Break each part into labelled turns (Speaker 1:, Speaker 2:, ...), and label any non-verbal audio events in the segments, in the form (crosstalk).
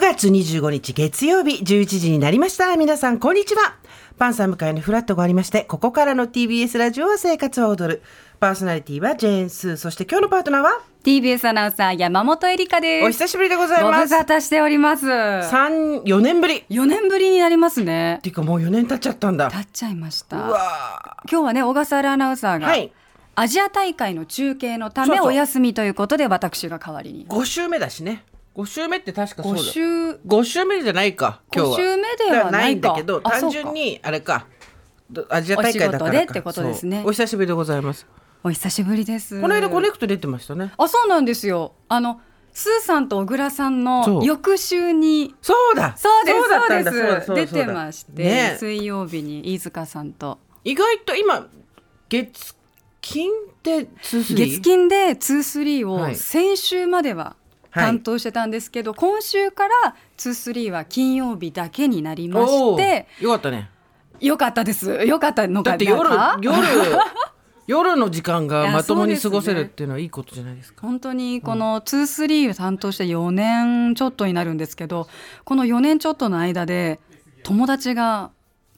Speaker 1: 月25日月曜日11時になりました。皆さん、こんにちは。パンサー向かいのフラットがありまして、ここからの TBS ラジオは生活は踊る。パーソナリティはジェーン・スー。そして今日のパートナーは
Speaker 2: TBS アナウンサー山本恵里香です。
Speaker 1: お久しぶりでございます。
Speaker 2: ご無沙汰しております。
Speaker 1: 3、4年ぶり。
Speaker 2: 4年ぶりになりますね。
Speaker 1: っていうかもう4年経っちゃったんだ。
Speaker 2: 経っちゃいました。
Speaker 1: うわ
Speaker 2: 今日はね、小笠原アナウンサーが、
Speaker 1: はい
Speaker 2: アジア大会の中継のた
Speaker 1: そう
Speaker 2: め
Speaker 1: そう
Speaker 2: お休みということで、私が代わりに。
Speaker 1: 5週目だしね。5週目って確かそう
Speaker 2: 5
Speaker 1: だ。
Speaker 2: 週、
Speaker 1: 5週目じゃないか、今日は。
Speaker 2: 5週目ではないか
Speaker 1: んだけど、
Speaker 2: あそう
Speaker 1: 単
Speaker 2: か
Speaker 1: 純に、あれか。どアジア大会だからか
Speaker 2: お仕事でってことですね
Speaker 1: そうお久しぶりでございます。
Speaker 2: お久しぶりです。
Speaker 1: この間コネクト出てましたね。
Speaker 2: あ、そうなんですよ。あの、スーさんと小倉さん
Speaker 1: そ
Speaker 2: の
Speaker 1: う
Speaker 2: 翌週に、
Speaker 1: そうだ
Speaker 2: そうです、
Speaker 1: だったんだ
Speaker 2: そうです。
Speaker 1: そうだ
Speaker 2: 出
Speaker 1: そうだ
Speaker 2: てまして、
Speaker 1: ねえ
Speaker 2: 水曜日に飯塚さんと。
Speaker 1: 意外と今月金って通す
Speaker 2: 月金で23
Speaker 1: は
Speaker 2: を
Speaker 1: い
Speaker 2: 先週までは担当してたんですけど、今週から23は金曜日だけになりまして
Speaker 1: よかったね
Speaker 2: よかったですよかったのか
Speaker 1: だって夜
Speaker 2: なんか (laughs)
Speaker 1: 夜夜の時間
Speaker 2: い
Speaker 1: が
Speaker 2: や
Speaker 1: まともに
Speaker 2: そ
Speaker 1: 過ご
Speaker 2: うですね
Speaker 1: せるっていうのはいいことじゃないですか
Speaker 2: 本当にこの23を担当して4年ちょっとになるんですけどこの4年ちょっとの間で友達が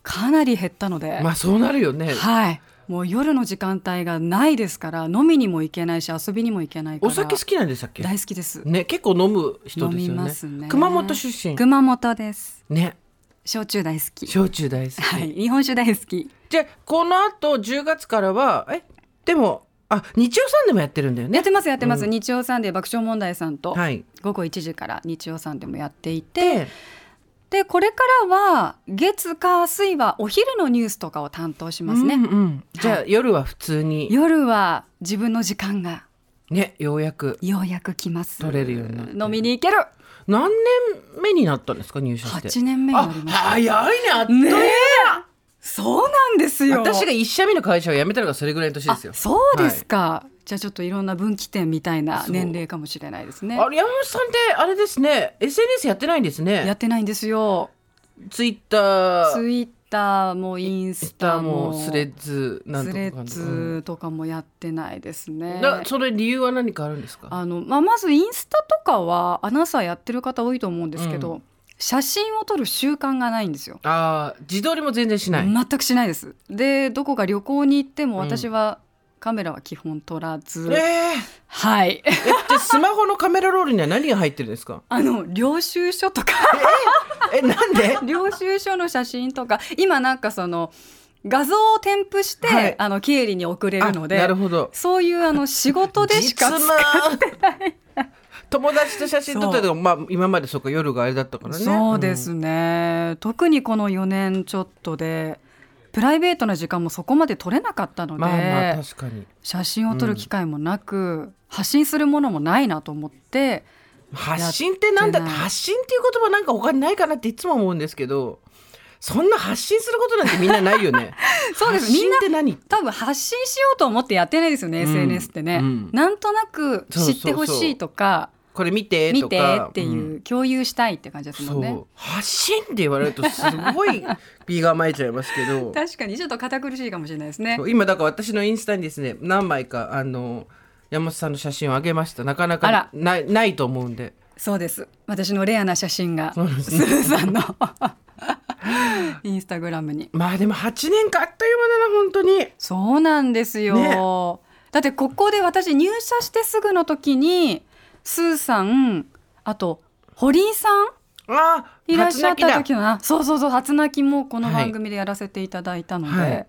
Speaker 2: かなり減ったので、
Speaker 1: まあそうなるよね
Speaker 2: はいもう夜の時間帯がないですから飲みにも行けないし遊びにも行けないか
Speaker 1: お
Speaker 2: ら
Speaker 1: 酒好きなんでしたっけ
Speaker 2: 大好きです
Speaker 1: ね結構飲む人です
Speaker 2: 飲み
Speaker 1: よ
Speaker 2: ま
Speaker 1: ね
Speaker 2: すね
Speaker 1: 熊本出身
Speaker 2: 熊本です
Speaker 1: ね
Speaker 2: 焼酎大好き。
Speaker 1: 焼酎大好き、
Speaker 2: はい、日本酒大好き。
Speaker 1: じゃあこの後10月からはえでもあ日曜さんでもやってるんだよ
Speaker 2: やっ
Speaker 1: ね
Speaker 2: てますやってます。
Speaker 1: う
Speaker 2: 日曜サンデー爆笑問題さんと
Speaker 1: はい
Speaker 2: 午後1時から日曜サンデーもやっていて、
Speaker 1: で
Speaker 2: でこれからは月火水はお昼のニュースとかを担当しますね。
Speaker 1: うんうんじゃあ夜は普通に
Speaker 2: 夜は自分の時間が
Speaker 1: ねようやく
Speaker 2: ようやく来ます。
Speaker 1: 取れるようになって
Speaker 2: 飲みに行ける。
Speaker 1: 何年目になったんですか入社して
Speaker 2: 8年目になりました。
Speaker 1: あ早いねあっという
Speaker 2: ね
Speaker 1: 間
Speaker 2: え、そうなんですよ。
Speaker 1: 私が一社目の会社を辞めたのがそれぐらいの年ですよ
Speaker 2: あそうですか。じゃあちょっといろんな分岐点みたいな
Speaker 1: そう
Speaker 2: 年齢かもしれないですね。
Speaker 1: あれ山本さんってあれですね SNS やってないんです
Speaker 2: や
Speaker 1: ね
Speaker 2: ってないんですよ。
Speaker 1: ツイッター
Speaker 2: ツ
Speaker 1: イ
Speaker 2: イッターもインス
Speaker 1: ッタ
Speaker 2: タ
Speaker 1: ー
Speaker 2: も
Speaker 1: もスレッズなんと
Speaker 2: ス
Speaker 1: か
Speaker 2: レ
Speaker 1: かん
Speaker 2: ッ
Speaker 1: とか
Speaker 2: ズとかもやってないです
Speaker 1: う
Speaker 2: ね
Speaker 1: ん。だそれ理由は何かあるんですか
Speaker 2: あのまあ、まずインスタとかはアナウンサーやってる方多いと思うんですけど、
Speaker 1: う
Speaker 2: 写真を撮る習慣がないんですよ。
Speaker 1: あー自撮りも全然しない、
Speaker 2: 全くしないです。でどこか旅行に行っても
Speaker 1: うん
Speaker 2: 私はカメラは基本撮らず、
Speaker 1: えー、
Speaker 2: はい (laughs)
Speaker 1: えじゃあスマホのカメラロールには何が入ってるんですか
Speaker 2: あの領収書とか (laughs)
Speaker 1: えなんで
Speaker 2: 領収書の写真とか今なんかその画像を添付して、
Speaker 1: はい
Speaker 2: あの経理に送れるの
Speaker 1: あな
Speaker 2: で
Speaker 1: るほど
Speaker 2: そういうあの仕事でしか使
Speaker 1: 実は友達と写真撮ったりとか、まあ、今までそうか夜があれだったからね
Speaker 2: そうですね、特にこの4年ちょっとでプライベートな時間もそこまで取れなかったの
Speaker 1: うん
Speaker 2: で、
Speaker 1: まあまあ確かに
Speaker 2: 写真を撮る機会もなく、発信するものもないなと思って
Speaker 1: 発信ってなんだ
Speaker 2: やってない
Speaker 1: 発信っていう言葉なんか他にないかなっていつも思うんですけどそんな発信することなんてみんなないよね
Speaker 2: (laughs) そうです
Speaker 1: 発信って何
Speaker 2: 多分発信しようと思ってやってないですよね、
Speaker 1: うん
Speaker 2: SNS ってね、
Speaker 1: うん
Speaker 2: なんとなく知ってほしいとか
Speaker 1: これ見て
Speaker 2: 見
Speaker 1: と
Speaker 2: て
Speaker 1: か
Speaker 2: っていう、
Speaker 1: ん
Speaker 2: 共有したいって感じですも
Speaker 1: そ
Speaker 2: んね
Speaker 1: う発信って言われるとすごい (laughs) 身構えちゃいますけど
Speaker 2: 確かにちょっと堅苦しいかもしれないですね
Speaker 1: そう今だから私のインスタにですね何枚かあの山本さんの写真をあげましたなかな
Speaker 2: あ
Speaker 1: からないないと思うんで
Speaker 2: そうです私のレアな写真がス
Speaker 1: そうですね
Speaker 2: ーさんのインスタグラムに
Speaker 1: まあでも8年間あっという間だな本当に
Speaker 2: そうなんですよ、だってここで私入社してすぐの時にスーさんあと堀井さん
Speaker 1: あ
Speaker 2: いらっしゃっ
Speaker 1: 初
Speaker 2: た
Speaker 1: 泣き
Speaker 2: 時のなそうそうそう初泣きもこの
Speaker 1: はい
Speaker 2: 番組でやらせていただいたので、
Speaker 1: はい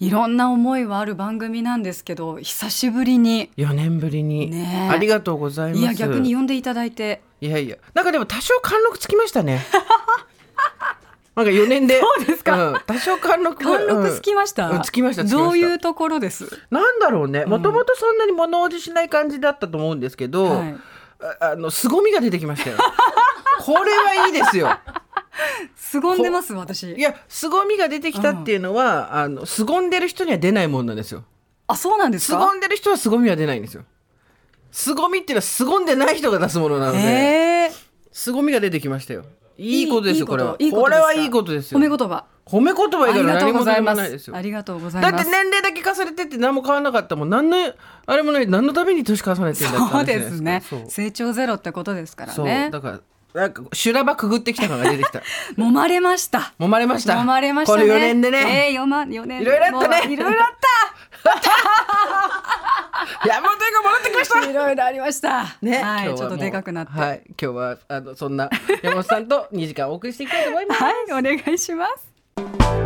Speaker 1: い、
Speaker 2: ろんな思いはある番組なんですけど久しぶりに
Speaker 1: だ4年ぶりに、
Speaker 2: ねえ
Speaker 1: ありがとうございます
Speaker 2: いや逆に呼んでいただいて
Speaker 1: いやいや、なんかでも多少貫禄つきましたね。 (laughs) なんか4年で。
Speaker 2: そうですか
Speaker 1: ん多少貫禄。
Speaker 2: 貫禄つきました、
Speaker 1: うんつきましたつきました
Speaker 2: どういうところです
Speaker 1: うんなんだろうね。もともとそんなに物おじしない感じだったと思うんですけど、
Speaker 2: はい
Speaker 1: ああの、凄みが出てきま
Speaker 2: (laughs)
Speaker 1: したよ。これはいいですよ。
Speaker 2: 凄んでます私
Speaker 1: いや、凄みが出てきたっていうのは、あの、凄んでる人には出ないもんなんですよ。
Speaker 2: あそうなんですか
Speaker 1: 凄んでる人は凄みは出ないんですよ。凄みっていうのは凄んでない人が出すものなので、
Speaker 2: え
Speaker 1: 凄みが出てきましたよ。いいことですよ、これは。
Speaker 2: いいと
Speaker 1: これ
Speaker 2: ですか
Speaker 1: はいいことですよ。
Speaker 2: 褒め言葉
Speaker 1: 褒め言葉
Speaker 2: あ
Speaker 1: 以外
Speaker 2: り
Speaker 1: の
Speaker 2: がとう
Speaker 1: 何
Speaker 2: ご
Speaker 1: も
Speaker 2: ざい
Speaker 1: も
Speaker 2: ま
Speaker 1: ないです
Speaker 2: す
Speaker 1: よ
Speaker 2: あ。りがとうござい
Speaker 1: だっ
Speaker 2: ま
Speaker 1: て
Speaker 2: す
Speaker 1: 年齢だけ重ねてって何も変わらなかったもん何のあれもない何のために年重ねてんだって
Speaker 2: そう
Speaker 1: 話じゃない
Speaker 2: ですね
Speaker 1: そう
Speaker 2: 成長ゼロってことですから
Speaker 1: そう
Speaker 2: ね
Speaker 1: だからなんか修羅場くぐってきたのが出てき
Speaker 2: (laughs)
Speaker 1: た
Speaker 2: 揉まれました
Speaker 1: 揉まれました
Speaker 2: 揉まれましたね
Speaker 1: この4年でね、
Speaker 2: えー、4, ま4年
Speaker 1: いろいろあったね
Speaker 2: もういろいろあっ
Speaker 1: 山本が戻ってきました
Speaker 2: いろいろありました
Speaker 1: ね、今
Speaker 2: は
Speaker 1: 日
Speaker 2: い
Speaker 1: もう
Speaker 2: ちょっとでかくなっては
Speaker 1: はい、今日はあのそんな山本さんと2時間お送りしていきたいと思います。
Speaker 2: いお願いします